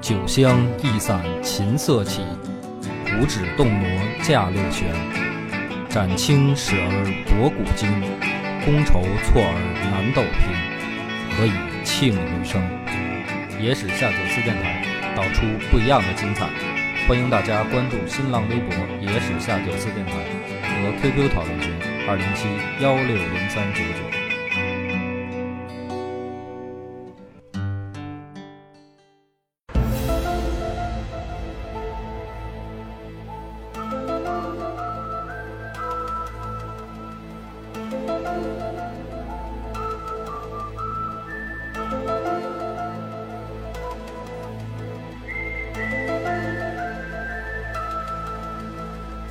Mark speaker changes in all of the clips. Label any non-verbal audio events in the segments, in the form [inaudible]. Speaker 1: 酒香易散琴瑟起，五指动挪驾六弦。斩青使而博古今，觥筹错而难斗平。何以庆余生？也使下酒四电台道出不一样的精彩。欢迎大家关注新浪微博“野史下酒四电台”和 QQ 讨论群二零七幺六零三九九。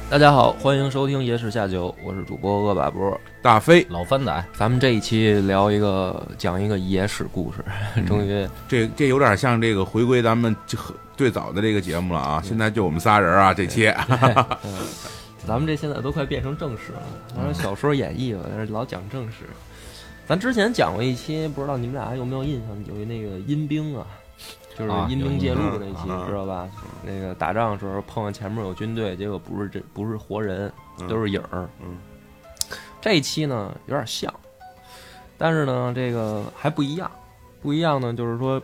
Speaker 2: 大家好，欢迎收听《野史下酒》，我是主播恶把波。
Speaker 3: 大 [laughs] 飞，
Speaker 1: 老番仔，
Speaker 2: 咱们这一期聊一个，讲一个野史故事，
Speaker 3: 嗯
Speaker 2: 终于
Speaker 3: 这这有点像这个回归咱们这最早的这个节目了啊！现在就我们仨人啊，这期
Speaker 2: 嗯咱们这现在都快变成正史了。当然小说演绎吧，但是老讲正史。咱之前讲过一期，不知道你们俩还有没有印象？有一那个阴兵啊，就是
Speaker 1: 啊
Speaker 2: 阴
Speaker 1: 有
Speaker 2: 兵
Speaker 1: 印
Speaker 2: 借路
Speaker 3: 象
Speaker 2: 那期，
Speaker 3: 啊
Speaker 2: 知道吧？那个打仗的时候碰上前面有军队，结果不是真不是活人，
Speaker 3: 嗯
Speaker 2: 都是影儿。
Speaker 3: 嗯，
Speaker 2: 这一期呢有点像，但是呢这个还不一样，不一样呢就是说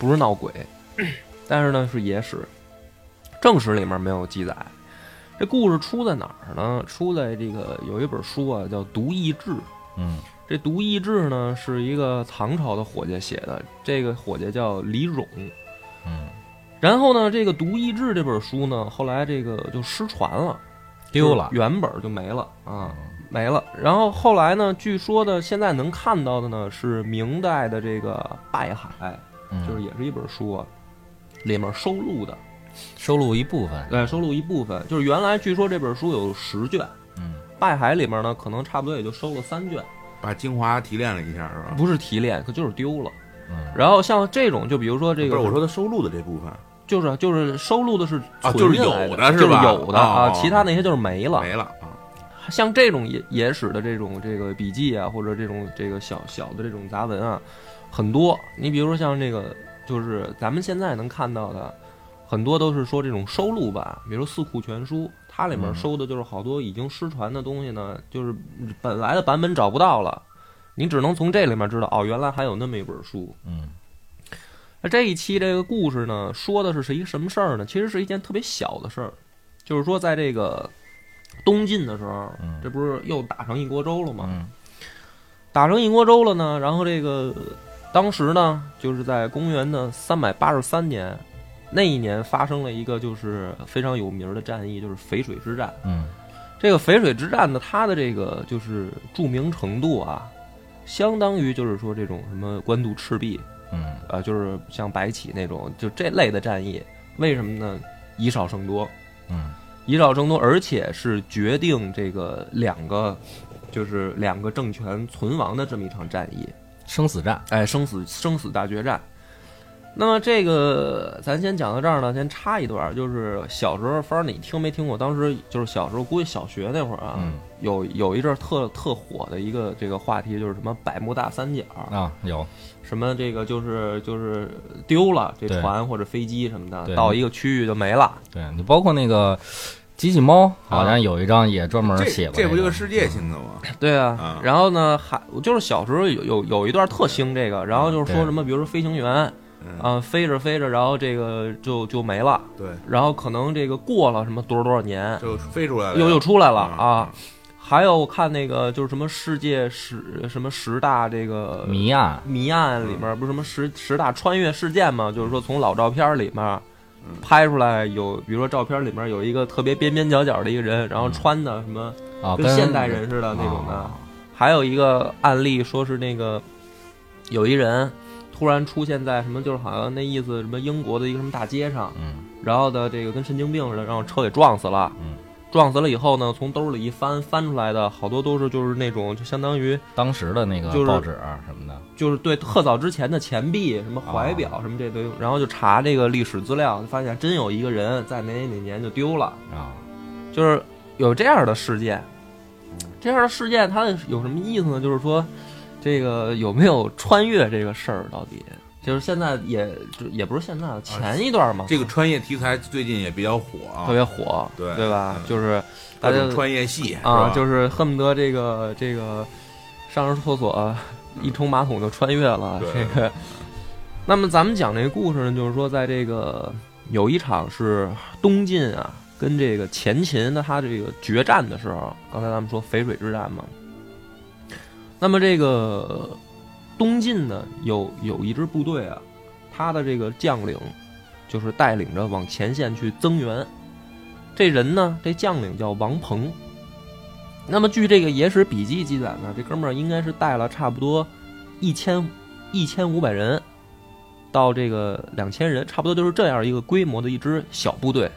Speaker 2: 不是闹鬼，但是呢是野史，正史里面没有记载。这故事出在哪儿呢？出在这个有一本书啊，叫《独异志》。
Speaker 1: 嗯
Speaker 2: 这《独异志》呢，是一个唐朝的伙计写的，这个伙计叫李冗。
Speaker 1: 嗯，
Speaker 2: 然后呢，这个《独异志》这本书呢，后来这个就失传了，
Speaker 1: 丢了嗯
Speaker 2: 就是原本就没了啊，没了。然后后来呢，据说的现在能看到的呢，是明代的这个《拜海》，
Speaker 1: 嗯
Speaker 2: 就是也是一本书啊，里面收录的，
Speaker 1: 收录一部分。
Speaker 2: 对，收录一部分。就是原来据说这本书有十卷，
Speaker 1: 嗯，
Speaker 2: 《拜海》里面呢，可能差不多也就收了三卷，
Speaker 3: 把精华提炼了一下，是吧？
Speaker 2: 不是提炼，可啊就是丢了。
Speaker 1: 嗯
Speaker 2: 然后像这种，就比如说这
Speaker 3: 不
Speaker 2: 个，
Speaker 3: 是我说他收录的这部分
Speaker 2: 就是啊就是收录的是
Speaker 3: 啊
Speaker 2: 存
Speaker 3: 就是
Speaker 2: 进
Speaker 3: 有
Speaker 2: 来的
Speaker 3: 的是
Speaker 2: 就是
Speaker 3: 吧
Speaker 2: 有的啊
Speaker 3: 哦，
Speaker 2: 其他那些就是没了。
Speaker 3: 没了啊，
Speaker 2: 像这种野野史的这种这个笔记啊，或者这种这个小小的这种杂文啊，很多。你比如说像这个，就是咱们现在能看到的，很多都是说这种收录版，比如《四库全书》，它里面
Speaker 1: 嗯
Speaker 2: 收的就是好多已经失传的东西呢，就是本来的版本找不到了，你只能从这里面知道哦，原来还有那么一本书。
Speaker 1: 嗯
Speaker 2: 那这一期这个故事呢，说的是是一个什么事儿呢？其实是一件特别小的事儿，就是说在这个东晋的时候，
Speaker 1: 嗯
Speaker 2: 这不是又打成一锅粥了吗？
Speaker 1: 嗯
Speaker 2: 打成一锅粥了呢，然后这个当时呢，就是在公元的三百八十三年，那一年发生了一个就是非常有名的战役，就是淝水之战。
Speaker 1: 嗯
Speaker 2: 这个淝水之战呢，它的这个就是著名程度啊，相当于就是说这种什么官渡赤壁
Speaker 1: 嗯
Speaker 2: 呃，就是像白起那种，就这类的战役，为什么呢？以少胜多，
Speaker 1: 嗯
Speaker 2: 以少胜多，而且是决定这个两个，就是两个政权存亡的这么一场战役，
Speaker 1: 生死战。
Speaker 2: 哎，生死生死大决战。那么这个咱先讲到这儿呢，先插一段儿，就是小时候，反正你听没听过？当时就是小时候，估计小学那会儿啊，
Speaker 1: 嗯
Speaker 2: 有有一阵儿特特火的一个这个话题，就是什么百慕大三角
Speaker 1: 啊，有
Speaker 2: 什么这个就是就是丢了这
Speaker 1: 对
Speaker 2: 船或者飞机什么的，
Speaker 1: 对
Speaker 2: 到一个区域就没了。
Speaker 1: 对你包括那个机器猫，好
Speaker 2: 啊
Speaker 1: 像有一张也专门写
Speaker 3: 这
Speaker 1: 过、
Speaker 3: 这不
Speaker 1: 就
Speaker 3: 就是世界性的吗？
Speaker 2: 对啊
Speaker 3: 啊，
Speaker 2: 然后呢，还就是小时候有有有一段特兴这个，然后就是说
Speaker 1: 对
Speaker 2: 什么，比如说飞行员啊、
Speaker 3: 嗯，
Speaker 2: 飞着飞着，然后这个就就没了，
Speaker 3: 对，
Speaker 2: 然后可能这个过了什么多少多少年，
Speaker 3: 就飞出来了，
Speaker 2: 又又出来了
Speaker 3: 嗯
Speaker 2: 啊。还有我看那个就是什么世界十什么十大这个
Speaker 1: 谜案，
Speaker 2: 谜案里面不是什么十十大穿越事件吗？就是说从老照片里面拍出来有，比如说照片里面有一个特别边边角角的一个人，然后穿的什么
Speaker 1: 啊，
Speaker 2: 嗯哦跟
Speaker 1: 跟
Speaker 2: 现代人似的那种的
Speaker 1: 啊。
Speaker 2: 还有一个案例说是那个有一人突然出现在什么，就是好像那意思什么英国的一个什么大街上，
Speaker 1: 嗯
Speaker 2: 然后的这个跟神经病似的，然后车给撞死了。
Speaker 1: 嗯，
Speaker 2: 撞死了以后呢，从兜里一翻，翻出来的好多都是就是那种就相当于
Speaker 1: 当时的那个
Speaker 2: 就是
Speaker 1: 报纸啊什么的，
Speaker 2: 就是对特早之前的钱币、什么怀
Speaker 3: 啊
Speaker 2: 表、什么这堆，然后就查这个历史资料，发现真有一个人在哪哪哪年就丢了，
Speaker 1: 啊，
Speaker 2: 就是有这样的事件。这样的事件它有什么意思呢？就是说，这个有没有穿越这个事儿到底？就是现在也就也不是现在了，前一段嘛，
Speaker 3: 啊这个穿越题材最近也比较火啊，
Speaker 2: 特别火，
Speaker 3: 对
Speaker 2: 对吧？
Speaker 3: 嗯
Speaker 2: 就是大
Speaker 3: 各
Speaker 2: 家
Speaker 3: 种穿越戏
Speaker 2: 啊，就是是恨不得这个这个上厕所一冲马桶就穿越了
Speaker 3: 对
Speaker 2: 这个。那么咱们讲这个故事呢，就是说在这个有一场是东晋啊跟这个前秦的他这个决战的时候，刚才咱们说淝水之战嘛。那么这个东晋呢，有有一支部队啊，他的这个将领就是带领着往前线去增援。这人呢，这将领叫王鹏。那么据这个野史笔记记载呢，这哥们儿应该是带了差不多一千一千五百人到这个两千人，差不多就是这样一个规模的一支小部队。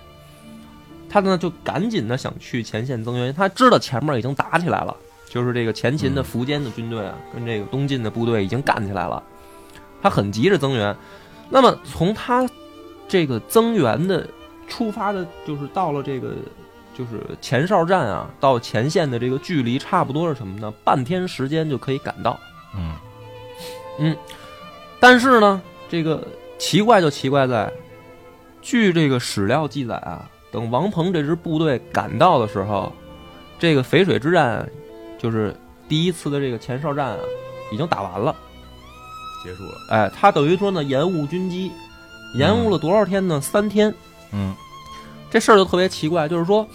Speaker 2: 他呢就赶紧的想去前线增援，他知道前面已经打起来了，就是这个前秦的
Speaker 3: 嗯
Speaker 2: 苻坚的军队啊，跟这个东晋的部队已经干起来了，他很急着增援。那么从他这个增援的出发的，就是到了这个就是前哨站啊，到前线的这个距离差不多是什么呢？半天时间就可以赶到。
Speaker 1: 嗯，
Speaker 2: 但是呢，这个奇怪就奇怪在，据这个史料记载啊，等王鹏这支部队赶到的时候，这个淝水之战，就是第一次的这个前哨战啊，已经打完了。
Speaker 3: 结束了，
Speaker 2: 哎，他等于说呢，延误军机，延误了多少天呢？三天。
Speaker 1: 嗯，
Speaker 2: 这事儿就特别奇怪，就是说，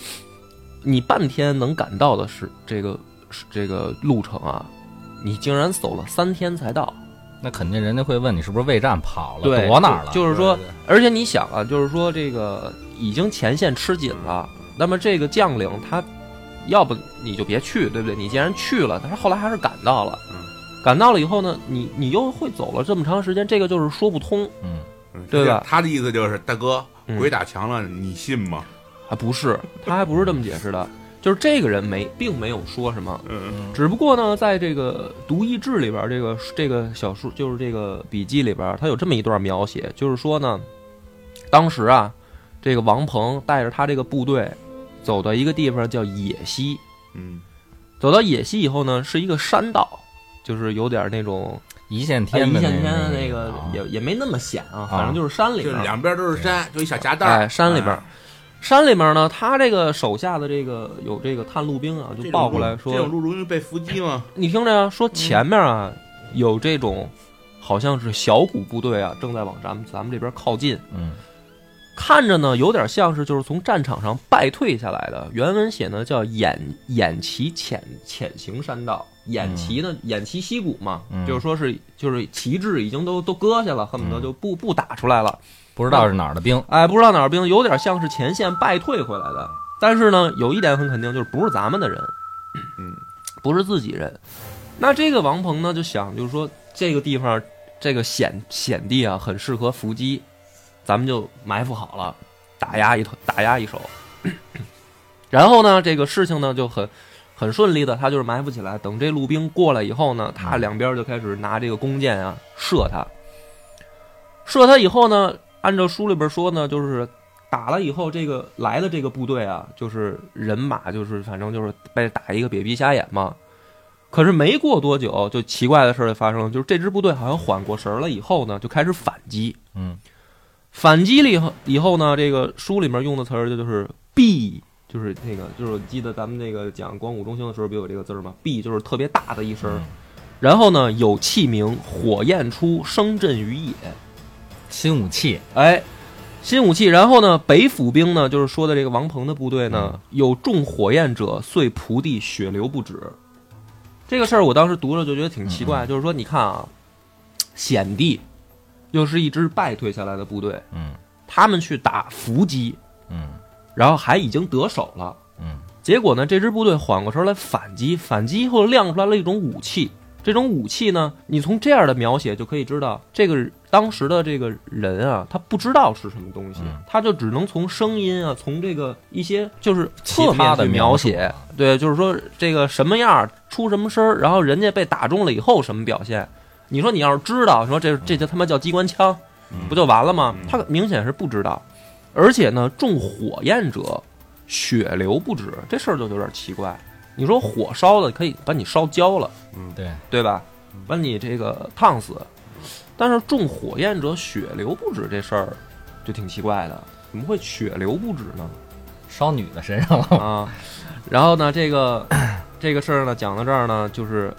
Speaker 2: 你半天能赶到的是这个是这个路程啊，你竟然走了三天才到。
Speaker 1: 那肯定人家会问你是不是为战跑了，
Speaker 2: 对
Speaker 1: 躲哪儿了？
Speaker 2: 就就是说
Speaker 1: 啊对，对
Speaker 2: 而且你想啊，就是说这个已经前线吃紧了，那么这个将领他，要不你就别去，对不对？你既然去了，但是后来还是赶到了，
Speaker 3: 嗯
Speaker 2: 赶到了以后呢，你你又会走了这么长时间，这个就是说不通
Speaker 1: 对嗯，
Speaker 3: 嗯
Speaker 2: 对吧
Speaker 3: 他的意思就是，大哥，
Speaker 2: 嗯
Speaker 3: 鬼打墙了，你信吗？
Speaker 2: 啊。不是，他还不是这么解释的，就是这个人没并没有说什么，
Speaker 3: 嗯
Speaker 2: 只不过呢，在这个《读易志》里边儿，这个这个小说就是这个笔记里边儿，它有这么一段描写，就是说呢，当时啊，这个王鹏带着他这个部队，走到一个地方叫野溪，
Speaker 3: 嗯，
Speaker 2: 走到野溪以后呢，是一个山道，就是有点那种
Speaker 1: 一线
Speaker 2: 哎
Speaker 1: 天
Speaker 2: 一
Speaker 1: 的
Speaker 2: 线天的
Speaker 1: 那
Speaker 2: 那个
Speaker 1: 啊，
Speaker 2: 也也没那么险啊，反正就是山里
Speaker 3: 就是
Speaker 2: 边儿，
Speaker 3: 两边都是山，就一小夹道儿，
Speaker 2: 哎，山里边儿
Speaker 3: 哎。
Speaker 2: 山里面呢，他这个手下的这个有这个探路兵啊，就
Speaker 3: 这种
Speaker 2: 报过来
Speaker 3: 路
Speaker 2: 说，
Speaker 3: 这种路嗯容易被伏击吗？
Speaker 2: 你听着呀，说前面啊有这种好像是小股部队啊，正在往咱们咱们这边靠近，
Speaker 1: 嗯
Speaker 2: 看着呢有点像是就是从战场上败退下来的。原文写呢叫偃偃旗潜潜行山道，偃旗呢偃旗息鼓嘛，
Speaker 1: 嗯
Speaker 2: 就是说是就是旗帜已经都都割下了，恨不得
Speaker 1: 嗯
Speaker 2: 就不不打出来了。
Speaker 1: 不知道是哪儿的兵，
Speaker 2: 哎，不知道哪儿兵，有点像是前线败退回来的。但是呢，有一点很肯定，就是不是咱们的人，
Speaker 3: 嗯，
Speaker 2: 不是自己人。那这个王鹏呢，就想就是说这个地方这个险险地啊，很适合伏击，咱们就埋伏好了，打压一头打压一手。 [clears throat] 然后呢，这个事情呢就很很顺利的，他就是埋伏起来。等这路兵过来以后呢，他两边就开始拿这个弓箭啊射他。射他以后呢，按照书里边说呢，就是打了以后，这个来的这个部队啊，就是人马，就是反正就是被打一个瘪鼻瞎眼嘛。可是没过多久，就奇怪的事儿就发生了，就是这支部队好像缓过神儿了以后呢，就开始反击。
Speaker 1: 嗯，
Speaker 2: 反击了以后以后呢，这个书里面用的词儿就就是“必”，就是那个，就是我记得咱们那个讲光武中兴的时候，不有这个字儿吗？“必”就是特别大的一声儿。
Speaker 1: 嗯
Speaker 2: 然后呢，有器鸣，火焰出，声震于野。
Speaker 1: 新武器，
Speaker 2: 哎，新武器。然后呢，北府兵呢，就是说的这个王鹏的部队呢
Speaker 1: 嗯，
Speaker 2: 有中火焰者，遂仆地，血流不止。这个事儿我当时读了就觉得挺奇怪，就是说，你看啊，险地又是一支败退下来的部队，
Speaker 1: 嗯
Speaker 2: 他们去打伏击，
Speaker 1: 嗯
Speaker 2: 然后还已经得手了。
Speaker 1: 嗯
Speaker 2: 结果呢，这支部队缓过神来反击，反击后亮出来了一种武器。这种武器呢，你从这样的描写就可以知道，这个当时的这个人啊，他不知道是什么东西，
Speaker 1: 嗯
Speaker 2: 他就只能从声音啊，从这个一些就是
Speaker 1: 其
Speaker 2: 侧
Speaker 1: 他
Speaker 2: 面
Speaker 1: 的
Speaker 2: 去
Speaker 1: 描
Speaker 2: 描
Speaker 1: 述
Speaker 2: 写，对，就是说这个什么样儿出什么声儿，然后人家被打中了以后什么表现。你说你要是知道，说这这就他妈叫机关枪，不就完了吗？他明显是不知道，而且呢，中火焰者血流不止，这事儿就有点奇怪。你说火烧的可以把你烧焦了，
Speaker 3: 嗯
Speaker 1: 对，
Speaker 2: 对吧？把你这个烫死，但是中火焰者血流不止这事儿就挺奇怪的，怎么会血流不止呢？
Speaker 1: 烧女的身上了，
Speaker 2: 啊，然后呢，这个 [clears throat] 这个事儿呢，讲到这儿呢，就是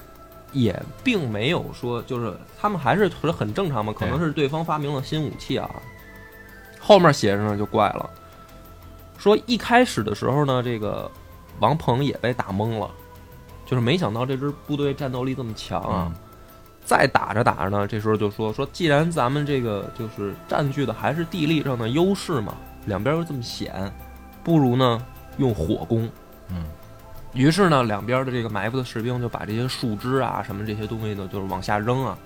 Speaker 2: 也并没有说，就是他们还是觉得很正常嘛，可能是对方发明了新武器啊。后面写着呢就怪了，说一开始的时候呢，这个王鹏也被打懵了，就是没想到这支部队战斗力这么强 [laughs] 啊。
Speaker 1: 嗯
Speaker 2: 再打着打着呢，这时候就说说，既然咱们这个就是占据的还是地利上的优势嘛，两边又这么显，不如呢用火攻。
Speaker 1: 嗯，
Speaker 2: 于是呢，两边的这个埋伏的士兵就把这些树枝啊什么这些东西呢，就是往下扔啊，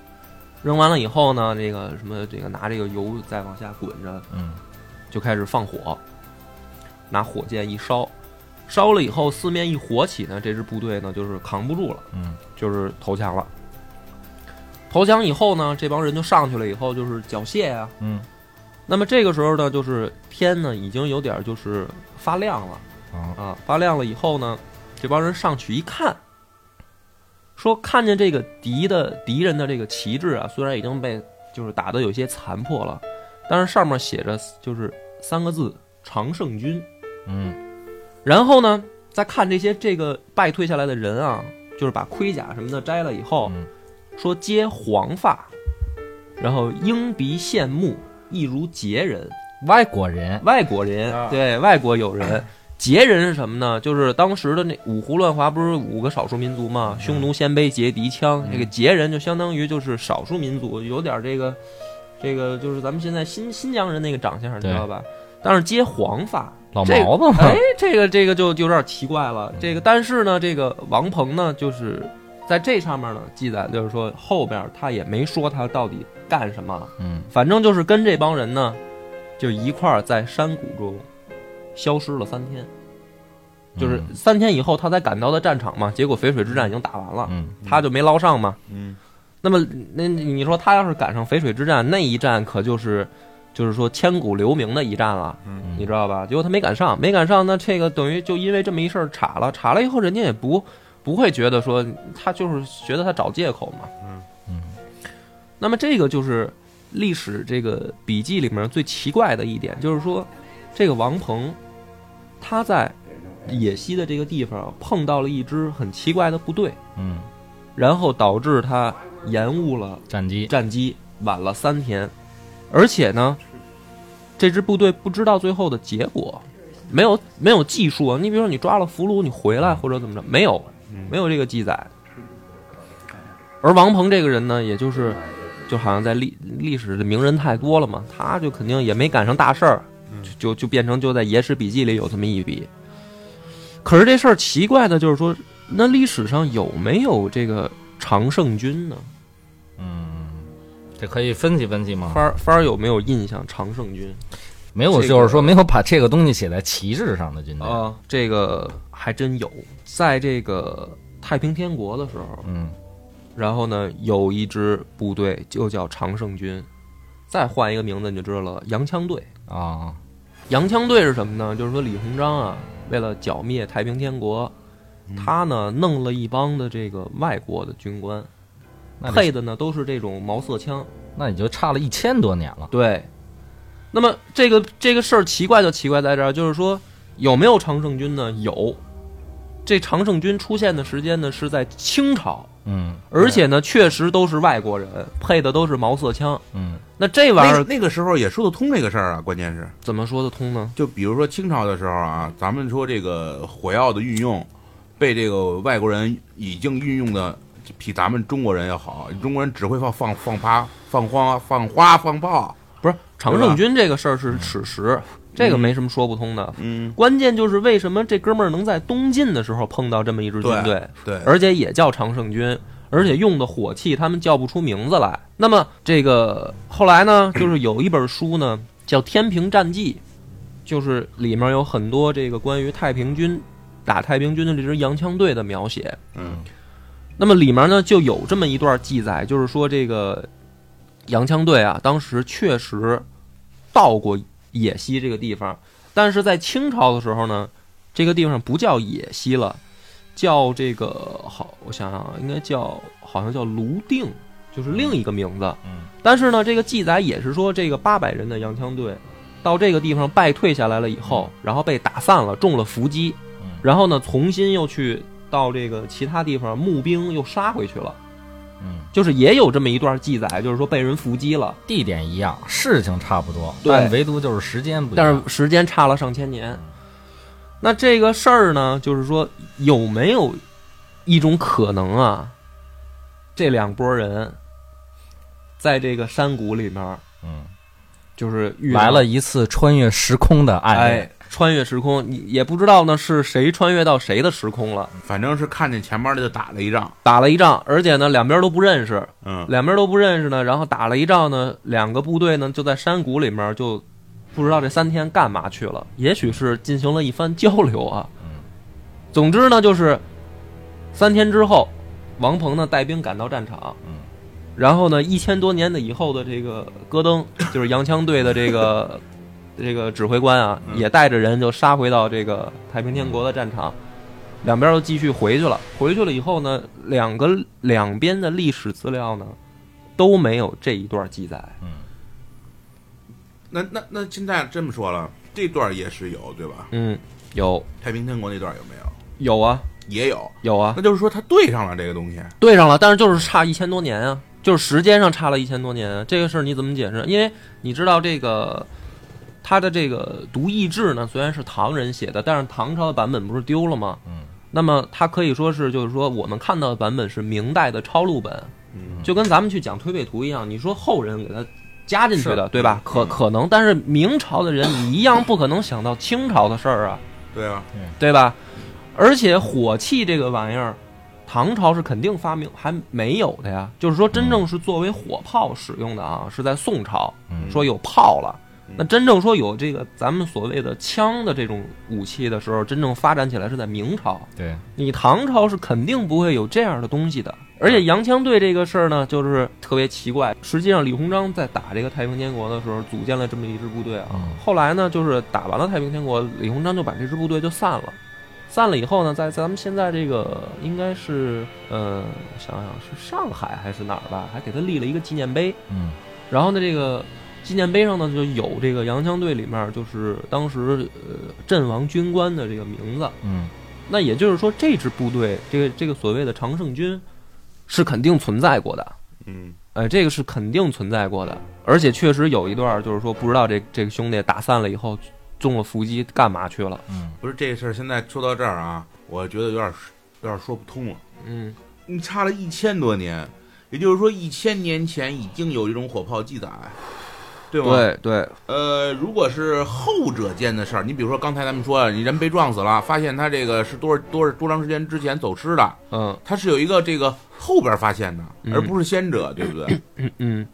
Speaker 2: 扔完了以后呢，这个什么这个拿这个油再往下滚着，
Speaker 1: 嗯，
Speaker 2: 就开始放火，拿火箭一烧，烧了以后四面一火起呢，这支部队呢就是扛不住了。
Speaker 1: 嗯，
Speaker 2: 就是投降了。投降以后呢，这帮人就上去了，以后就是缴械啊。
Speaker 1: 嗯，
Speaker 2: 那么这个时候呢，就是天呢已经有点就是发亮了
Speaker 1: 啊，
Speaker 2: 啊，发亮了以后呢，这帮人上去一看，说看见这个敌的敌人的这个旗帜啊，虽然已经被就是打的有些残破了，但是上面写着就是三个字“常胜军”。
Speaker 1: 嗯，
Speaker 2: 然后呢，再看这些这个败退下来的人啊，就是把盔甲什么的摘了以后，
Speaker 1: 嗯
Speaker 2: 说皆黄发，然后鹰鼻现目，亦如杰人，
Speaker 1: 外国人，
Speaker 2: 外国人，
Speaker 3: 啊
Speaker 2: 对外国友人。杰人是什么呢？就是当时的那五胡乱华，不是五个少数民族嘛？匈奴、鲜卑、羯、敌、羌。这个杰人就相当于就是少数民族，有点这个，这个就是咱们现在新新疆人那个长相，你知
Speaker 1: 对
Speaker 2: 道吧？但是皆黄发，
Speaker 1: 老
Speaker 2: 这
Speaker 1: 毛子嘛
Speaker 2: 哎，，这个这个就就有点奇怪了。这个，但是呢，这个王鹏呢，就是在这上面呢记载，就是说后边他也没说他到底干什么，
Speaker 1: 嗯
Speaker 2: 反正就是跟这帮人呢，就一块儿在山谷中消失了三天，就是
Speaker 1: 嗯
Speaker 2: 三天以后他才赶到的战场嘛。结果淝水之战已经打完了，
Speaker 1: 嗯，
Speaker 2: 他就没捞上嘛。
Speaker 3: 嗯，
Speaker 2: 那么，那你说他要是赶上淝水之战那一战，可就是就是说千古留名的一战了。
Speaker 1: 嗯
Speaker 2: 你知道吧？结果他没赶上，没赶上，那这个等于就因为这么一事儿查了，查了以后，人家也不不会觉得说他就是觉得他找借口嘛。
Speaker 1: 嗯
Speaker 2: 那么这个就是历史这个笔记里面最奇怪的一点，就是说这个王鹏他在野溪的这个地方碰到了一支很奇怪的部队，
Speaker 1: 嗯，
Speaker 2: 然后导致他延误了
Speaker 1: 战机，
Speaker 2: 战机，晚了三天，而且呢，这支部队不知道最后的结果，没有没有技术啊。你比如说你抓了俘虏，你回来或者怎么着，没有没有这个记载。而王鹏这个人呢，也就是就好像在历历史的名人太多了嘛，他就肯定也没赶上大事儿，就就就变成就在野史笔记里有这么一笔。可是这事儿奇怪的就是说，那历史上有没有这个常胜军呢？
Speaker 1: 嗯，这可以分析分析吗？
Speaker 2: 帆儿帆儿有没有印象常胜军
Speaker 1: 没有，
Speaker 2: 这
Speaker 1: 就是
Speaker 2: 个
Speaker 1: 说没有把这个东西写在旗帜上的军队，
Speaker 2: 啊？这个还真有，在这个太平天国的时候，
Speaker 1: 嗯
Speaker 2: 然后呢，有一支部队就叫常胜军，再换一个名字你就知道了，洋枪队。
Speaker 1: 啊，
Speaker 2: 洋枪队是什么呢？就是说李鸿章啊，为了剿灭太平天国，他呢弄了一帮的这个外国的军官，
Speaker 1: 那你
Speaker 2: 配的呢都是这种毛瑟枪。
Speaker 1: 那你就差了一千多年了，
Speaker 2: 对，那么这个这个事儿奇怪就奇怪在这儿，就是说有没有常胜军呢？有，这常胜军出现的时间呢是在清朝，
Speaker 1: 嗯
Speaker 2: 而且呢确实都是外国人，配的都是毛瑟枪。
Speaker 1: 嗯
Speaker 2: 那这玩意
Speaker 3: 那
Speaker 2: 儿
Speaker 3: 个那个时候也说得通这个事儿啊，关键是。
Speaker 2: 怎么说得通呢？
Speaker 3: 就比如说清朝的时候啊，咱们说这个火药的运用，被这个外国人已经运用的比咱们中国人要好。中国人只会放放放趴、放花、放花、放炮。
Speaker 2: 不是常胜军这个事儿是史实，这个没什么说不通的。
Speaker 3: 嗯，
Speaker 2: 关键就是为什么这哥们儿能在东晋的时候碰到这么一支军
Speaker 3: 对
Speaker 2: 队？
Speaker 3: 对，
Speaker 2: 而且也叫常胜军，而且用的火器他们叫不出名字来。那么这个后来呢，就是有一本书呢叫《天平战记》，就是里面有很多这个关于太平军打太平军的这支洋枪队的描写。
Speaker 3: 嗯
Speaker 2: 那么里面呢就有这么一段记载，就是说这个洋枪队啊，当时确实到过野溪这个地方，但是在清朝的时候呢，这个地方不叫野溪了，叫这个好，我想想啊，应该叫好像叫泸定，就是另一个名字。
Speaker 1: 嗯
Speaker 2: 但是呢，这个记载也是说，这个八百人的洋枪队到这个地方败退下来了以后，然后被打散了，中了伏击，
Speaker 1: 嗯
Speaker 2: 然后呢，重新又去到这个其他地方募兵，又杀回去了。
Speaker 1: 嗯，
Speaker 2: 就是也有这么一段记载，就是说被人伏击了，
Speaker 1: 地点一样，事情差不多，
Speaker 2: 对
Speaker 1: 但唯独就是时间不一样。
Speaker 2: 但是时间差了上千年
Speaker 1: 嗯。
Speaker 2: 那这个事儿呢，就是说有没有一种可能啊？这两拨人在这个山谷里面，
Speaker 1: 嗯，
Speaker 2: 就是遇到
Speaker 1: 来了一次穿越时空的爱恋
Speaker 2: 哎，穿越时空，你也不知道呢是谁穿越到谁的时空了，
Speaker 3: 反正是看见前面的就打了一仗，
Speaker 2: 打了一仗，而且呢两边都不认识，
Speaker 3: 嗯，
Speaker 2: 两边都不认识呢，然后打了一仗呢，两个部队呢就在山谷里面就不知道这三天干嘛去了，也许是进行了一番交流啊
Speaker 1: 嗯。
Speaker 2: 总之呢，就是三天之后，王鹏呢带兵赶到战场
Speaker 1: 嗯，
Speaker 2: 然后呢一千多年的以后的这个戈登，就是洋枪队的这个这个指挥官啊，
Speaker 3: 嗯
Speaker 2: 也带着人就杀回到这个太平天国的战场。两边又继续回去了，回去了以后呢，两个两边的历史资料呢，都没有这一段记载。
Speaker 3: 那那那现在这么说了，这段也是有对吧？
Speaker 2: 嗯，有
Speaker 3: 太平天国那段有没有？
Speaker 2: 有啊
Speaker 3: 也有，
Speaker 2: 有啊，
Speaker 3: 那就是说他对上了这个东西，
Speaker 2: 对上了，但是就是差一千多年啊，就是时间上差了一千多年啊。这个事儿你怎么解释？因为你知道这个他的这个《读易志》呢，虽然是唐人写的，但是唐朝的版本不是丢了吗？
Speaker 1: 嗯，
Speaker 2: 那么它可以说是就是说我们看到的版本是明代的抄录本，
Speaker 3: 嗯，
Speaker 2: 就跟咱们去讲推背图一样，你说后人给它加进去的，
Speaker 1: 是
Speaker 2: 对吧
Speaker 3: 嗯？
Speaker 2: 可可能，但是明朝的人你一样不可能想到清朝的事儿啊，
Speaker 3: 对啊，
Speaker 2: 对吧？而且火器这个玩意儿，唐朝是肯定发明还没有的呀。就是说，真正是作为火炮使用的啊，是在宋朝
Speaker 1: 嗯
Speaker 2: 说有炮了
Speaker 3: 嗯。
Speaker 2: 那真正说有这个咱们所谓的枪的这种武器的时候，真正发展起来是在明朝。
Speaker 1: 对，
Speaker 2: 你唐朝是肯定不会有这样的东西的。而且洋枪队这个事儿呢，就是特别奇怪。实际上，李鸿章在打这个太平天国的时候，组建了这么一支部队啊。
Speaker 1: 嗯
Speaker 2: 后来呢，就是打完了太平天国，李鸿章就把这支部队就散了。散了以后呢，在咱们现在这个应该是呃，我想想是上海还是哪儿吧，还给他立了一个纪念碑。
Speaker 1: 嗯
Speaker 2: 然后呢，这个纪念碑上呢就有这个洋枪队里面就是当时呃阵亡军官的这个名字。
Speaker 1: 嗯
Speaker 2: 那也就是说，这支部队，这个这个所谓的常胜军，是肯定存在过的。
Speaker 3: 嗯，
Speaker 2: 哎，这个是肯定存在过的，而且确实有一段，就是说不知道这这个兄弟打散了以后中了伏击，干嘛去了？
Speaker 1: 嗯，
Speaker 3: 不是这事儿，现在说到这儿啊，我觉得有点有点说不通了。
Speaker 2: 嗯，
Speaker 3: 你差了一千多年，也就是说一千年前已经有一种火炮记载，对吗？
Speaker 2: 对对，
Speaker 3: 呃，如果是后者间的事儿，你比如说刚才咱们说，你人被撞死了，发现他这个是多少多少多长时间之前走失的，
Speaker 2: 嗯
Speaker 3: 他是有一个这个后边发现的，
Speaker 2: 嗯
Speaker 3: 而不是先者，对不对？
Speaker 2: 嗯嗯，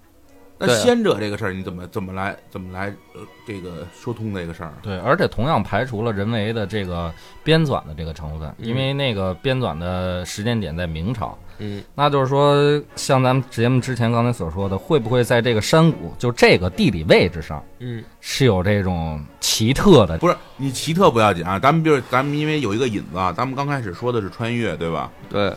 Speaker 3: 那
Speaker 2: 对啊
Speaker 3: 先者这个事儿，你怎么怎么来怎么来呃这个说通这个事儿？
Speaker 1: 对，而且同样排除了人为的这个编纂的这个成分，因为那个编纂的时间点在明朝。
Speaker 2: 嗯，
Speaker 1: 那就是说，像咱们节目之前刚才所说的，会不会在这个山谷，就这个地理位置上，
Speaker 2: 嗯，
Speaker 1: 是有这种奇特的？
Speaker 3: 不是你奇特不要紧啊，咱们就是咱们因为有一个引子啊，咱们刚开始说的是穿越，对吧？
Speaker 2: 对，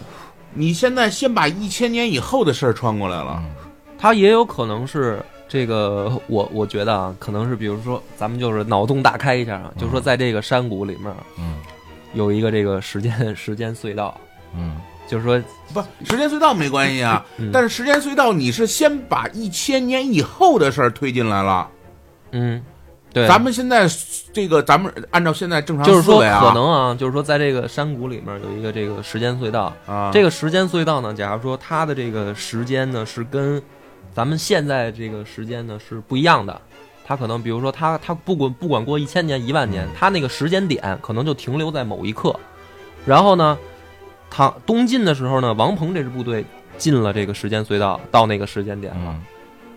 Speaker 3: 你现在先把一千年以后的事儿穿过来了，
Speaker 1: 嗯
Speaker 2: 他也有可能是这个，我我觉得啊，可能是比如说咱们就是脑洞大开一下啊，就说在这个山谷里面
Speaker 1: 嗯
Speaker 2: 有一个这个时间时间隧道，
Speaker 1: 嗯
Speaker 2: 就是说
Speaker 3: 不，时间隧道没关系啊，
Speaker 2: 嗯
Speaker 3: 但是时间隧道你是先把一千年以后的事儿推进来了，
Speaker 2: 嗯，对，
Speaker 3: 咱们现在这个咱们按照现在正常
Speaker 2: 就是
Speaker 3: 思
Speaker 2: 说，
Speaker 3: 维啊，
Speaker 2: 可能啊，就是说，在这个山谷里面有一个这个时间隧道。
Speaker 3: 啊，
Speaker 2: 这
Speaker 3: 个
Speaker 2: 个时间隧道呢，假如说它的这个时间呢是跟咱们现在这个时间呢是不一样的，它可能比如说它它不管不管过一千年一万年
Speaker 1: 嗯，
Speaker 2: 它那个时间点可能就停留在某一刻。然后呢，唐东晋的时候呢，王鹏这支部队进了这个时间隧道，到那个时间点了。
Speaker 1: 嗯，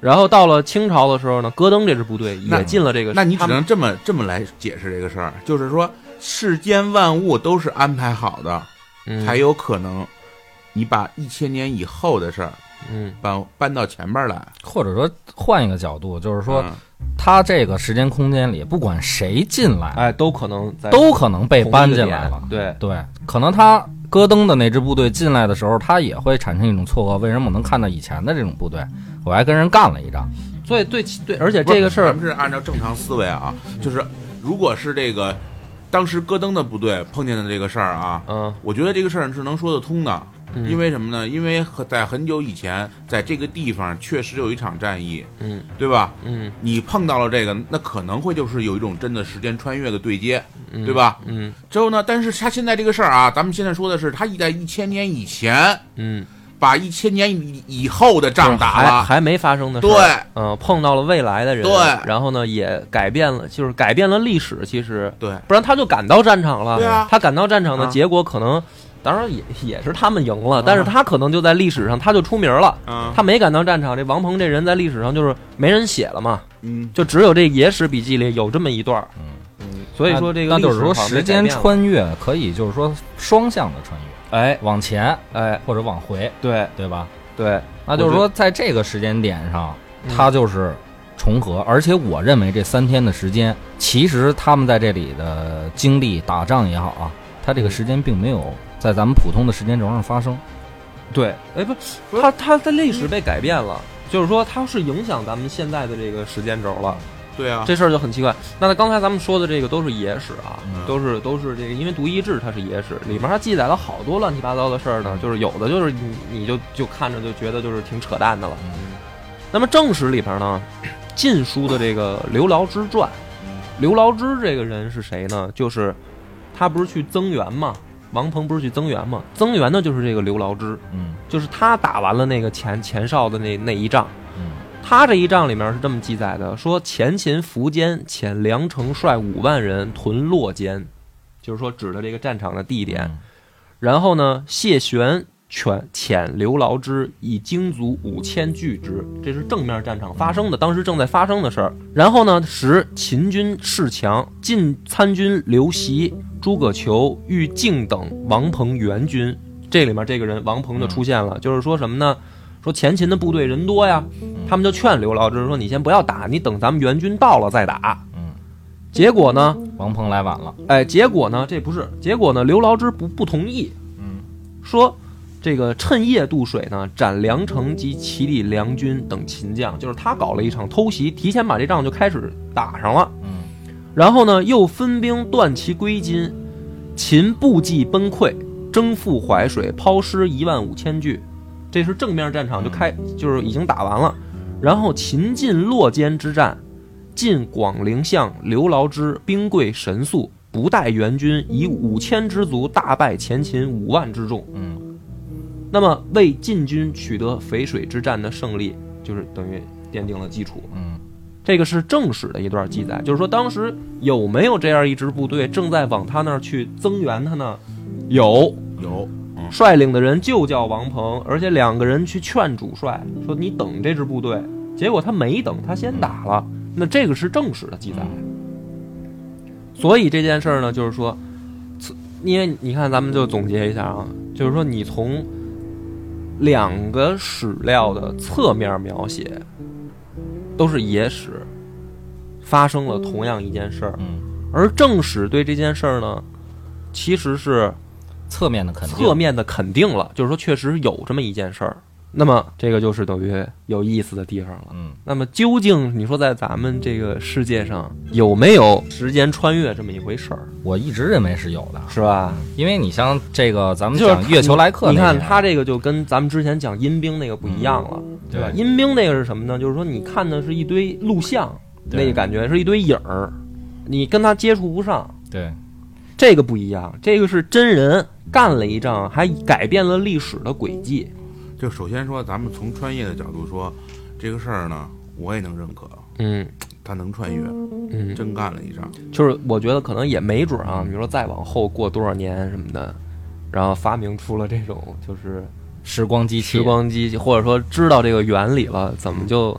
Speaker 2: 然后到了清朝的时候呢，戈登这支部队
Speaker 3: 那
Speaker 2: 也进了这个，
Speaker 3: 那你只
Speaker 2: 他们
Speaker 3: 能这么这么来解释这个事儿，就是说世间万物都是安排好的，
Speaker 2: 嗯
Speaker 3: 才有可能你把一千年以后的事儿
Speaker 2: 嗯
Speaker 3: 搬搬到前边来，
Speaker 1: 或者说换一个角度，就是说，
Speaker 3: 嗯
Speaker 1: 它这个时间空间里，不管谁进来，
Speaker 2: 哎都可能在
Speaker 1: 都可能被搬进来了
Speaker 2: 同一个点。对
Speaker 1: 对，可能他戈登的那支部队进来的时候，他也会产生一种错愕：为什么我能看到以前的这种部队？我还跟人干了一仗。
Speaker 2: 所以对其对，而且这个事
Speaker 3: 咱
Speaker 2: 儿
Speaker 3: 们是按照正常思维啊，就是如果是这个当时戈登的部队碰见的这个事儿啊，
Speaker 2: 嗯，
Speaker 3: 我觉得这个事儿是能说得通的。
Speaker 2: 嗯
Speaker 3: 因为什么呢？因为很在很久以前，在这个地方确实有一场战役，
Speaker 2: 嗯
Speaker 3: 对吧？
Speaker 2: 嗯
Speaker 3: 你碰到了这个，那可能会就是有一种真的时间穿越的对接，
Speaker 2: 嗯，
Speaker 3: 对吧？
Speaker 2: 嗯
Speaker 3: 之后呢，但是他现在这个事儿啊，咱们现在说的是他一在一千年以前
Speaker 2: 嗯，
Speaker 3: 把一千年以以后的仗打
Speaker 2: 还
Speaker 3: 了，
Speaker 2: 还没发生的事
Speaker 3: 对
Speaker 2: 儿，嗯，碰到了未来的人，
Speaker 3: 对
Speaker 2: 然后呢，也改变了，就是改变了历史。其实，
Speaker 3: 对
Speaker 2: 不然他就赶到战场了。
Speaker 3: 对啊
Speaker 2: 他赶到战场的
Speaker 3: 啊
Speaker 2: 结果可能，当然也也是他们赢了，但是他可能就在历史上他就出名了。
Speaker 3: 嗯
Speaker 2: 他没赶到战场，这王鹏这人在历史上就是没人写了嘛，
Speaker 3: 嗯
Speaker 2: 就只有这《野史笔记》里有这么一段。
Speaker 3: 嗯，
Speaker 2: 所以说这
Speaker 1: 那
Speaker 2: 个历史
Speaker 1: 就是说，
Speaker 2: 好像被
Speaker 1: 时
Speaker 2: 改
Speaker 1: 间
Speaker 2: 变了，
Speaker 1: 穿越可以就是说双向的穿越，
Speaker 2: 哎
Speaker 1: 往前
Speaker 2: 哎，
Speaker 1: 或者往回，
Speaker 2: 对
Speaker 1: 对吧？
Speaker 2: 对，
Speaker 1: 那就是说，在这个时间点上，
Speaker 2: 嗯
Speaker 1: 它就是重合。而且我认为这三天的时间，其实他们在这里的经历、打仗也好啊，它
Speaker 2: 嗯
Speaker 1: 这个时间并没有在咱们普通的时间轴上发生。
Speaker 2: 对，哎不，嗯他他的历史被改变了，就是说他是影响咱们现在的这个时间轴了。
Speaker 3: 对啊，
Speaker 2: 这事儿就很奇怪。那刚才咱们说的这个都是野史啊，
Speaker 1: 嗯
Speaker 2: 都是都是这个，因为《独一志》它是野史，里面它记载了好多乱七八糟的事儿呢，就是有的就是你你就就看着就觉得就是挺扯淡的了。那么正史里边呢，晋书的这个刘牢之传，刘牢之这个人是谁呢？就是他不是去增援嘛，王鹏不是去增援嘛，增援的就是这个刘牢之，
Speaker 1: 嗯
Speaker 2: 就是他打完了那个前前哨的那那一仗。
Speaker 1: 嗯
Speaker 2: 他这一仗里面是这么记载的：说前秦苻坚遣梁城率五万人屯洛间，就是说指的这个战场的地点。
Speaker 1: 嗯
Speaker 2: 然后呢，谢玄遣遣刘牢之以精卒五千拒之，这是正面战场发生的，当时正在发生的事儿。然后呢，使秦军势强，晋参军刘袭、诸葛球、郁敬等王鹏援军。这里面这个人王鹏就出现了，就是说什么呢？嗯说前秦的部队人多呀，他们就劝刘牢之说：“你先不要打，你等咱们援军到了再打。
Speaker 1: 嗯，”
Speaker 2: 结果呢，
Speaker 1: 王鹏来晚了。
Speaker 2: 哎，结果呢，这不是结果呢，刘牢之不不同意，
Speaker 1: 嗯，
Speaker 2: 说这个趁夜渡水呢，斩梁城及其里梁军等秦将，就是他搞了一场偷袭，提前把这仗就开始打上了。
Speaker 1: 嗯
Speaker 2: 然后呢，又分兵断其归金，秦部骑崩溃，征复淮水，抛尸一万五千具。这是正面战场就开，
Speaker 1: 嗯
Speaker 2: 就是已经打完了。然后秦晋洛间之战，晋广陵相刘牢之兵贵神速，不待援军，以五千之卒大败前秦五万之众。
Speaker 1: 嗯
Speaker 2: 那么为晋军取得淝水之战的胜利，就是等于奠定了基础。
Speaker 1: 嗯
Speaker 2: 这个是正史的一段记载，就是说当时有没有这样一支部队正在往他那儿去增援他呢？有，
Speaker 3: 有，嗯
Speaker 2: 率领的人就叫王鹏，而且两个人去劝主帅说：“你等这支部队。”结果他没等，他先打了。那这个是正史的记载。所以这件事儿呢，就是说，此因为你看，咱们就总结一下啊，就是说你从两个史料的侧面描写，都是野史，发生了同样一件事儿，
Speaker 1: 嗯，
Speaker 2: 而正史对这件事儿呢，其实是
Speaker 1: 侧面的肯定。
Speaker 2: 侧面的肯定了，就是说确实有这么一件事儿。那么这个就是等于有意思的地方了。
Speaker 1: 嗯
Speaker 2: 那么究竟你说在咱们这个世界上有没有时间穿越这么一回事儿，
Speaker 1: 我一直认为是有的，啊
Speaker 2: 是吧？
Speaker 1: 因为你像这个咱们
Speaker 2: 就是
Speaker 1: 讲月球来客那
Speaker 2: 你
Speaker 1: 边，嗯
Speaker 2: 看他这个就跟咱们之前讲阴兵那个不一样了，对吧？
Speaker 1: 对
Speaker 2: 阴兵那个是什么呢？就是说你看的是一堆录像，
Speaker 1: 对
Speaker 2: 那个感觉是一堆影儿，你跟他接触不上。
Speaker 1: 对
Speaker 2: 这个不一样，这个是真人干了一仗，还改变了历史的轨迹。
Speaker 3: 就首先说，咱们从穿越的角度说，这个事儿呢，我也能认可，
Speaker 2: 嗯
Speaker 3: 他能穿越，
Speaker 2: 嗯，
Speaker 3: 真干了一仗。
Speaker 2: 就是我觉得可能也没准儿啊，比如说再往后过多少年什么的，然后发明出了这种就是
Speaker 1: 时光机器，
Speaker 2: 时光机，或者说知道这个原理了，怎么就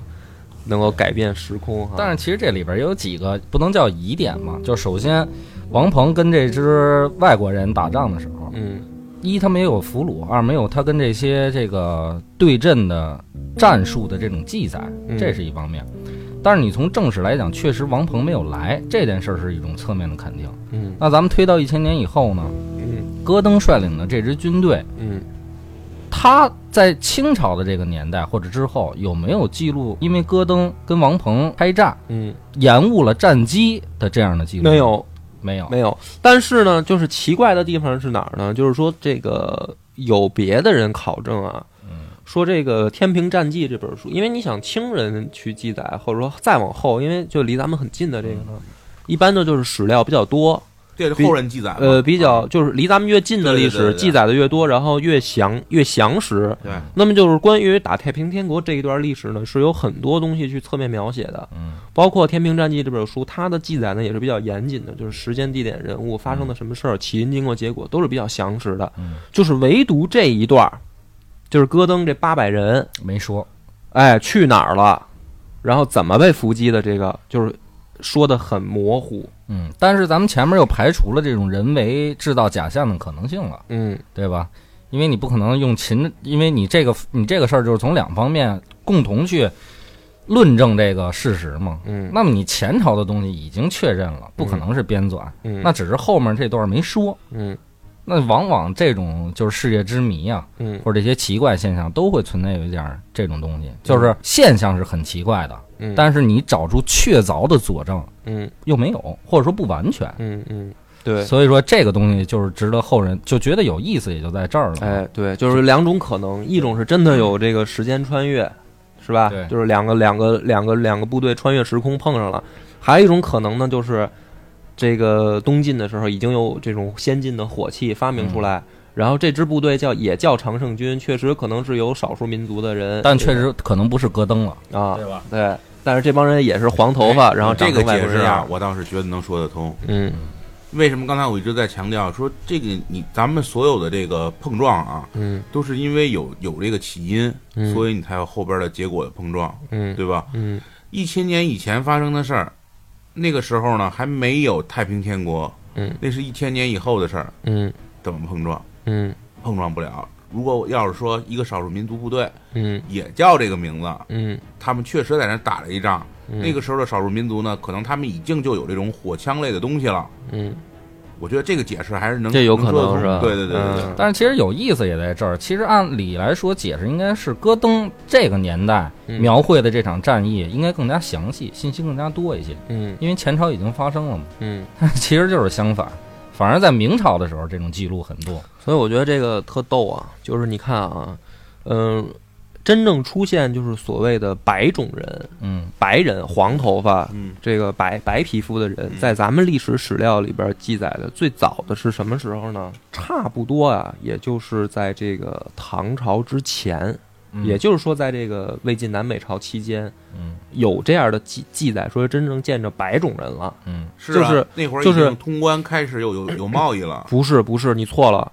Speaker 2: 能够改变时空啊哈、
Speaker 1: 嗯但是其实这里边也有几个不能叫疑点嘛，就首先，王鹏跟这支外国人打仗的时候，
Speaker 2: 嗯
Speaker 1: 一他没有俘虏，二没有他跟这些这个对阵的战术的这种记载，
Speaker 2: 嗯
Speaker 1: 这是一方面。但是你从正史来讲，确实王鹏没有来，这件事儿是一种侧面的肯定。
Speaker 2: 嗯
Speaker 1: 那咱们推到一千年以后呢？
Speaker 2: 嗯
Speaker 1: 戈登率领的这支军队，
Speaker 2: 嗯，
Speaker 1: 他在清朝的这个年代或者之后有没有记录？因为戈登跟王鹏开战
Speaker 2: 嗯，
Speaker 1: 延误了战机的这样的记录？
Speaker 2: 没，有
Speaker 1: 没有，
Speaker 2: 没有。但是呢，就是奇怪的地方是哪儿呢？就是说这个有别的人考证啊，
Speaker 3: 嗯
Speaker 2: 说这个《天平战记》这本书，因为你想清人去记载，或者说再往后，因为就离咱们很近的这个
Speaker 3: 嗯
Speaker 2: 呢，一般的就是史料比较多，
Speaker 3: 这是后人记载嘛
Speaker 2: 呃，比较就是离咱们越近的历
Speaker 3: 啊对对
Speaker 2: 史
Speaker 3: 对对
Speaker 2: 记载的越多，然后越详越详实。
Speaker 3: 对
Speaker 2: 那么就是关于打太平天国这一段历史呢，是有很多东西去侧面描写的，
Speaker 1: 嗯，
Speaker 2: 包括《天平战记》这本书，它的记载呢也是比较严谨的，就是时间、地点、人物发生的什么事儿、起因、经过、结果都是比较详实的。
Speaker 1: 嗯
Speaker 2: 就是唯独这一段儿，就是戈登这八百人，
Speaker 1: 没说。
Speaker 2: 哎，去哪儿了，然后怎么被伏击的，这个就是说的很模糊。
Speaker 1: 嗯，但是咱们前面又排除了这种人为制造假象的可能性了，
Speaker 2: 嗯，
Speaker 1: 对吧？因为你不可能用秦，因为你这个你这个事儿就是从两方面共同去论证这个事实嘛。
Speaker 2: 嗯
Speaker 1: 那么你前朝的东西已经确认了，不可能是编纂，
Speaker 2: 嗯
Speaker 1: 那只是后面这段没说。
Speaker 2: 嗯
Speaker 1: 那往往这种就是世界之谜啊，
Speaker 2: 嗯
Speaker 1: 或者这些奇怪现象都会存在有一点儿这种东西，就是现象是很奇怪的，
Speaker 2: 嗯，
Speaker 1: 但是你找出确凿的佐证
Speaker 2: 嗯
Speaker 1: 又没有，或者说不完全。
Speaker 2: 嗯嗯，对，
Speaker 1: 所以说这个东西就是值得后人就觉得有意思，也就在这儿了。
Speaker 2: 哎，对，就是两种可能，一种是真的有这个时间穿越，是吧
Speaker 1: 对？
Speaker 2: 就是两个两个两个两个部队穿越时空碰上了，还有一种可能呢，就是这个东晋的时候已经有这种先进的火器发明出来。然后这支部队叫也叫常胜军，确实可能是有少数民族的人，
Speaker 1: 但确实可能不是戈登了，
Speaker 2: 啊，
Speaker 1: 对吧？
Speaker 2: 对，但是这帮人也是黄头发，然后长
Speaker 3: 这
Speaker 2: 成
Speaker 3: 个
Speaker 2: 外国
Speaker 3: 解释
Speaker 2: 人
Speaker 3: 啊
Speaker 2: 样，，
Speaker 3: 我倒是觉得能说得通。
Speaker 2: 嗯
Speaker 3: 为什么刚才我一直在强调说这个你咱们所有的这个碰撞啊，
Speaker 2: 嗯
Speaker 3: 都是因为有有这个起因，
Speaker 2: 嗯
Speaker 3: 所以你才有后边的结果的碰撞，
Speaker 2: 嗯
Speaker 3: 对吧？
Speaker 2: 嗯
Speaker 3: 一千年以前发生的事儿，那个时候呢还没有太平天国，
Speaker 2: 嗯，
Speaker 3: 那是一千年以后的事儿，
Speaker 2: 嗯
Speaker 3: 怎么碰撞？
Speaker 2: 嗯
Speaker 3: 碰撞不了。如果要是说一个少数民族部队
Speaker 2: 嗯
Speaker 3: 也叫这个名字，
Speaker 2: 嗯
Speaker 3: 他们确实在那儿打了一仗。
Speaker 2: 嗯
Speaker 3: 那个时候的少数民族呢，可能他们已经就有这种火枪类的东西了。
Speaker 2: 嗯，
Speaker 3: 我觉得这个解释还是能
Speaker 2: 这有可
Speaker 3: 能说得
Speaker 2: 能
Speaker 3: 通
Speaker 2: 是吧？
Speaker 3: 对对对对对，
Speaker 2: 嗯
Speaker 1: 但是其实有意思也在这儿。其实按理来说，解释应该是戈登这个年代
Speaker 2: 嗯
Speaker 1: 描绘的这场战役应该更加详细，信息更加多一些，
Speaker 2: 嗯
Speaker 1: 因为前朝已经发生了嘛。
Speaker 2: 嗯，
Speaker 1: 其实就是相反，反而在明朝的时候，这种记录很多。
Speaker 2: 所以我觉得这个特逗啊，就是你看啊，嗯、真正出现就是所谓的白种人、
Speaker 1: 嗯，
Speaker 2: 白人、黄头发。
Speaker 3: 嗯，
Speaker 2: 这个白白皮肤的人，
Speaker 3: 嗯
Speaker 2: 在咱们历史史料里边记载的最早的是什么时候呢？差不多啊，也就是在这个唐朝之前，
Speaker 1: 嗯
Speaker 2: 也就是说，在这个魏晋南北朝期间，
Speaker 1: 嗯
Speaker 2: 有这样的记记载，说真正见着白种人了。
Speaker 1: 嗯
Speaker 3: 是
Speaker 2: 就
Speaker 3: 啊
Speaker 2: 是
Speaker 3: 那会儿已
Speaker 2: 就是
Speaker 3: 经通关开始有有有贸易了，
Speaker 2: 不是，不是，你错了，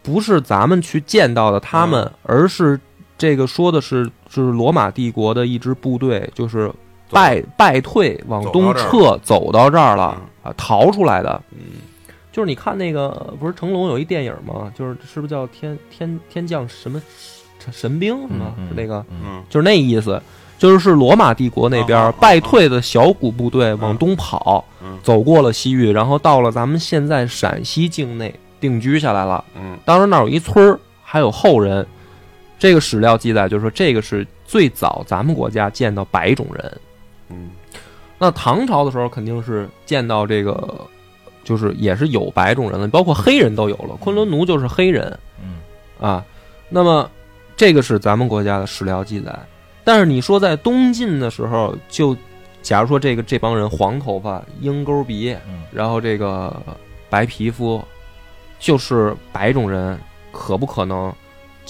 Speaker 2: 不是咱们去见到的他们，而是这个说的是就是罗马帝国的一支部队，就是
Speaker 3: 走
Speaker 2: 败败退往东撤，走到这儿了啊，逃出来的。
Speaker 3: 嗯
Speaker 2: 就是你看那个，不是成龙有一电影吗？就是是不是叫天天天降什么神神兵什么？
Speaker 1: 嗯嗯
Speaker 2: 是那个，
Speaker 3: 嗯，
Speaker 2: 就是那意思，就是是罗马帝国那边
Speaker 3: 啊啊
Speaker 2: 儿
Speaker 3: 啊
Speaker 2: 败退的小股部队往东跑
Speaker 3: 嗯，
Speaker 2: 走过了西域，然后到了咱们现在陕西境内定居下来了。
Speaker 3: 嗯
Speaker 2: 当时那儿有一村儿，还有后人。这个史料记载就是说，这个是最早咱们国家见到白种人。
Speaker 3: 嗯
Speaker 2: 那唐朝的时候肯定是见到这个，就是也是有白种人了，包括黑人都有了。昆仑奴就是黑人，
Speaker 1: 嗯
Speaker 2: 啊，那么这个是咱们国家的史料记载。但是你说在东晋的时候，就假如说这个这帮人黄头发、鹰钩鼻，
Speaker 1: 嗯
Speaker 2: 然后这个白皮肤，就是白种人，可不可能？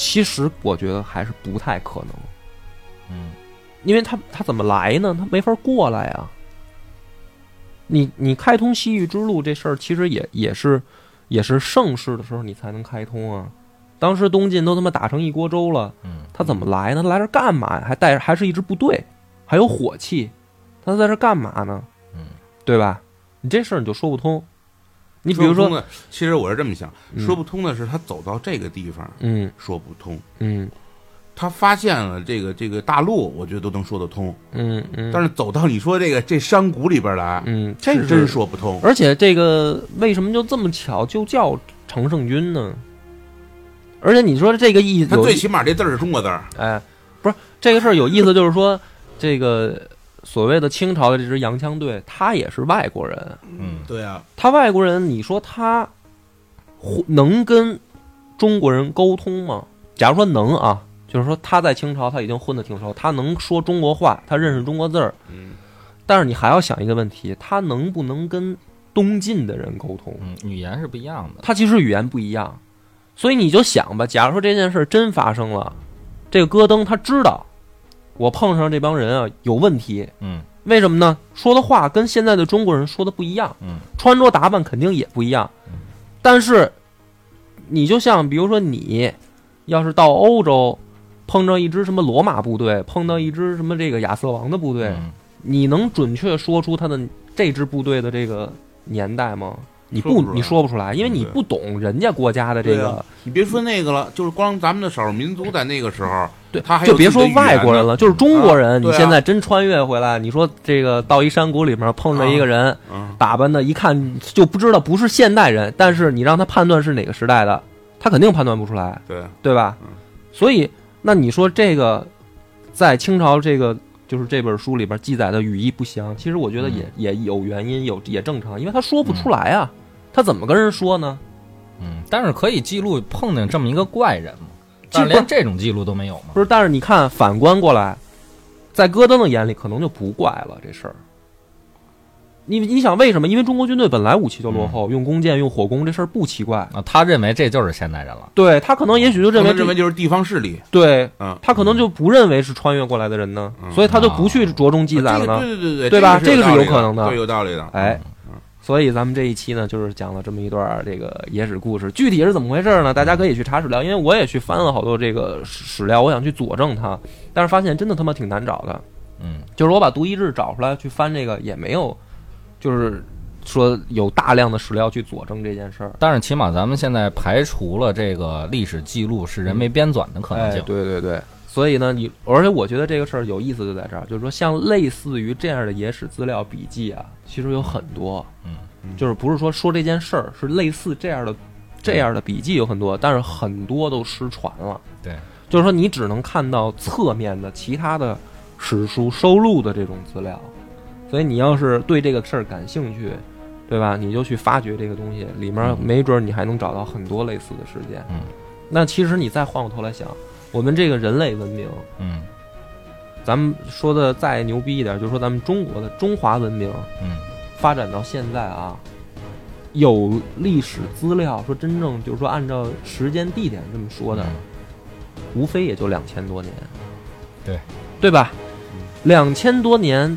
Speaker 2: 其实我觉得还是不太可能，
Speaker 1: 嗯，
Speaker 2: 因为他他怎么来呢？他没法过来啊。你你开通西域之路这事儿，其实也也是也是盛世的时候你才能开通啊。当时东晋都他妈打成一锅粥了，
Speaker 1: 嗯
Speaker 2: 他怎么来呢？他来这儿干嘛呀？还带着还是一支部队，还有火器，他在这儿干嘛呢？
Speaker 1: 嗯，
Speaker 2: 对吧？你这事儿你就说不通。你比如
Speaker 3: 不
Speaker 2: 说
Speaker 3: 通，啊的，其实我是这么想，
Speaker 2: 嗯
Speaker 3: 说不通的是他走到这个地方
Speaker 2: 嗯
Speaker 3: 说不通，
Speaker 2: 嗯
Speaker 3: 他发现了这个这个大陆，我觉得都能说得通，
Speaker 2: 嗯嗯，
Speaker 3: 但是走到你说这个这山谷里边来，
Speaker 2: 嗯，
Speaker 3: 这
Speaker 2: 是
Speaker 3: 真。说不通。
Speaker 2: 而且这个为什么就这么巧就叫常胜军呢？而且你说这个意
Speaker 3: 他
Speaker 2: 有
Speaker 3: 最
Speaker 2: 意
Speaker 3: 起码这字儿是中国字儿，
Speaker 2: 哎，不是这个事儿有意思，就是说这个所谓的清朝的这支洋枪队，他也是外国人，
Speaker 1: 嗯，
Speaker 3: 对啊，
Speaker 2: 他外国人，你说他会能跟中国人沟通吗？假如说能啊，就是说他在清朝他已经混得挺熟，他能说中国话，他认识中国字儿，
Speaker 3: 嗯，
Speaker 2: 但是你还要想一个问题，他能不能跟东晋的人沟通？
Speaker 1: 嗯，语言是不一样的。
Speaker 2: 他其实语言不一样，所以你就想吧，假如说这件事儿真发生了，这个戈登他知道我碰上这帮人啊有问题，
Speaker 1: 嗯
Speaker 2: 为什么呢？说的话跟现在的中国人说的不一样，
Speaker 1: 嗯，
Speaker 2: 穿着打扮肯定也不一样，但是你就像比如说你要是到欧洲碰着一支什么罗马部队，碰到一支什么这个亚瑟王的部队，
Speaker 1: 嗯
Speaker 2: 你能准确说出他的这支部队的这个年代吗？你
Speaker 3: 说
Speaker 2: 不，
Speaker 3: 不出来
Speaker 2: 你说不出来，因为你
Speaker 3: 对
Speaker 2: 不懂人家国家的这
Speaker 3: 对
Speaker 2: 个
Speaker 3: 啊，你别说那个了，就是光咱们的少数民族在那个时候，
Speaker 2: 对，
Speaker 3: 他还有
Speaker 2: 就别
Speaker 3: 自己的
Speaker 2: 说
Speaker 3: 语
Speaker 2: 外
Speaker 3: 言
Speaker 2: 国人
Speaker 3: 呢
Speaker 2: 了，就是中国人，
Speaker 3: 啊对
Speaker 2: 你
Speaker 3: 啊
Speaker 2: 现在真穿越回来，你说这个到一山谷里面碰着一个人，
Speaker 3: 嗯
Speaker 2: 打扮的一看就不知道不是现代人，但是你让他判断是哪个时代的，他肯定判断不出来，
Speaker 3: 对，
Speaker 2: 对吧
Speaker 3: 嗯？
Speaker 2: 所以，那你说这个在清朝这个就是这本书里边记载的语义不详，其实我
Speaker 3: 嗯
Speaker 2: 觉得也、也有原因，有也正常，因为他说不出来
Speaker 3: 嗯
Speaker 2: 啊，他怎么跟人说呢？
Speaker 1: 嗯，但是可以记录碰见这么一个怪人嘛？
Speaker 2: 其
Speaker 1: 但
Speaker 2: 实不
Speaker 1: 是
Speaker 2: 是
Speaker 1: 连这种记录都没有嘛？
Speaker 2: 不是，但是你看反观过来，在戈登的眼里可能就不怪了这事儿。你你想为什么？因为中国军队本来武器就落
Speaker 3: 嗯
Speaker 2: 后，用弓箭、用火攻这事儿不奇怪。
Speaker 1: 啊，他认为这就是现代人了。
Speaker 2: 对他可能也许就
Speaker 3: 他
Speaker 2: 认为这
Speaker 3: 们认为就是地方势力，
Speaker 2: 对
Speaker 3: 嗯，
Speaker 2: 他可能就不认为是穿越过来的人呢，
Speaker 3: 嗯啊
Speaker 2: 所以他就不去着重记载了
Speaker 3: 这个
Speaker 2: 呢。
Speaker 3: 对对对对
Speaker 2: 对吧
Speaker 3: 这
Speaker 2: 这个是有
Speaker 3: 道理
Speaker 2: 可能的
Speaker 3: 对，有道理的。
Speaker 2: 哎，所以咱们这一期呢，就是讲了这么一段儿这个野史故事，具体是怎么回事呢？大家可以去查史料，因为我也去翻了好多这个史史料，我想去佐证它，但是发现真的他妈挺难找的。
Speaker 1: 嗯，
Speaker 2: 就是我把《独一志》找出来去翻这个，也没有，就是说有大量的史料去佐证这件事儿。
Speaker 1: 但是起码咱们现在排除了这个历史记录是人为编纂的可能
Speaker 2: 哎，
Speaker 1: 性。
Speaker 2: 对对对，所以呢，你而且我觉得这个事儿有意思就在这儿，就是说像类似于这样的野史资料笔记啊，其实有很多，
Speaker 1: 嗯，
Speaker 2: 就是不是说说这件事儿，是类似这样的这样的笔记有很多，但是很多都失传了，
Speaker 1: 对，
Speaker 2: 就是说你只能看到侧面的其他的史书收录的这种资料，所以你要是对这个事儿感兴趣。对吧？你就去发掘这个东西，里面没准儿你还能找到很多类似的事件。
Speaker 1: 嗯，
Speaker 2: 那其实你再换过头来想，我们这个人类文明，
Speaker 1: 嗯
Speaker 2: 咱们说的再牛逼一点，就是说咱们中国的中华文明
Speaker 1: 嗯
Speaker 2: 发展到现在啊，有历史资料说真正就是说按照时间地点这么
Speaker 1: 嗯
Speaker 2: 说的，无非也就两千多年，
Speaker 1: 对
Speaker 2: 对吧？两千多年，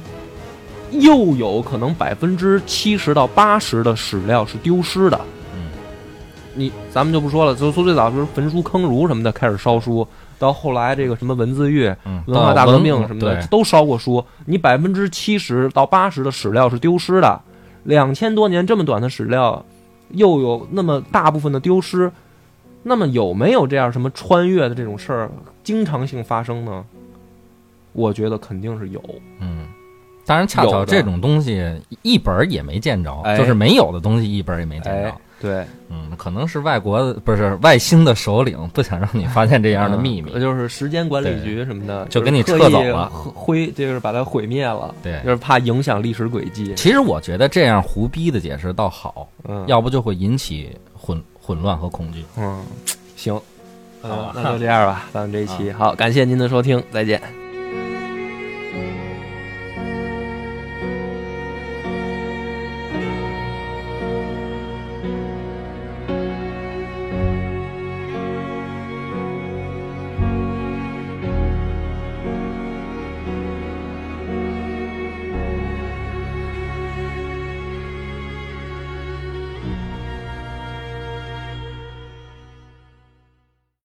Speaker 2: 又有可能百分之七十到八十的史料是丢失的。
Speaker 1: 嗯，
Speaker 2: 你咱们就不说了，就从最早就是焚书坑儒什么的开始烧书，到后来这个什么文字狱、
Speaker 1: 嗯，
Speaker 2: 文化大革命
Speaker 1: 哦文
Speaker 2: 什么的
Speaker 1: 对
Speaker 2: 都烧过书，你百分之七十到八十的史料是丢失的，两千多年这么短的史料，又有那么大部分的丢失，那么有没有这样什么穿越的这种事儿经常性发生呢？我觉得肯定是有，
Speaker 1: 嗯，当然，恰
Speaker 2: 有
Speaker 1: 巧
Speaker 2: 的
Speaker 1: 这种东西一本儿也没见着，
Speaker 2: 哎
Speaker 1: 就是没有的东西一本儿也没见着。
Speaker 2: 哎，对，
Speaker 1: 嗯，可能是外国不是外星的首领不想让你发现这
Speaker 2: 这
Speaker 1: 样的秘密。
Speaker 2: 就是时间管理局什么的，
Speaker 1: 嗯就是给你
Speaker 2: 刻
Speaker 1: 撤
Speaker 2: 意
Speaker 1: 走了
Speaker 2: 毁就是把它毁灭了，
Speaker 1: 对
Speaker 2: 就，是怕影响历史轨迹，
Speaker 1: 其实我觉得这样胡逼的解释倒好，
Speaker 2: 嗯，
Speaker 1: 要不就会引起混混乱和恐惧。
Speaker 2: 嗯，行，
Speaker 1: 好吧啊
Speaker 2: 嗯，那就这样吧，咱们这一期好，感谢您的收听，再见。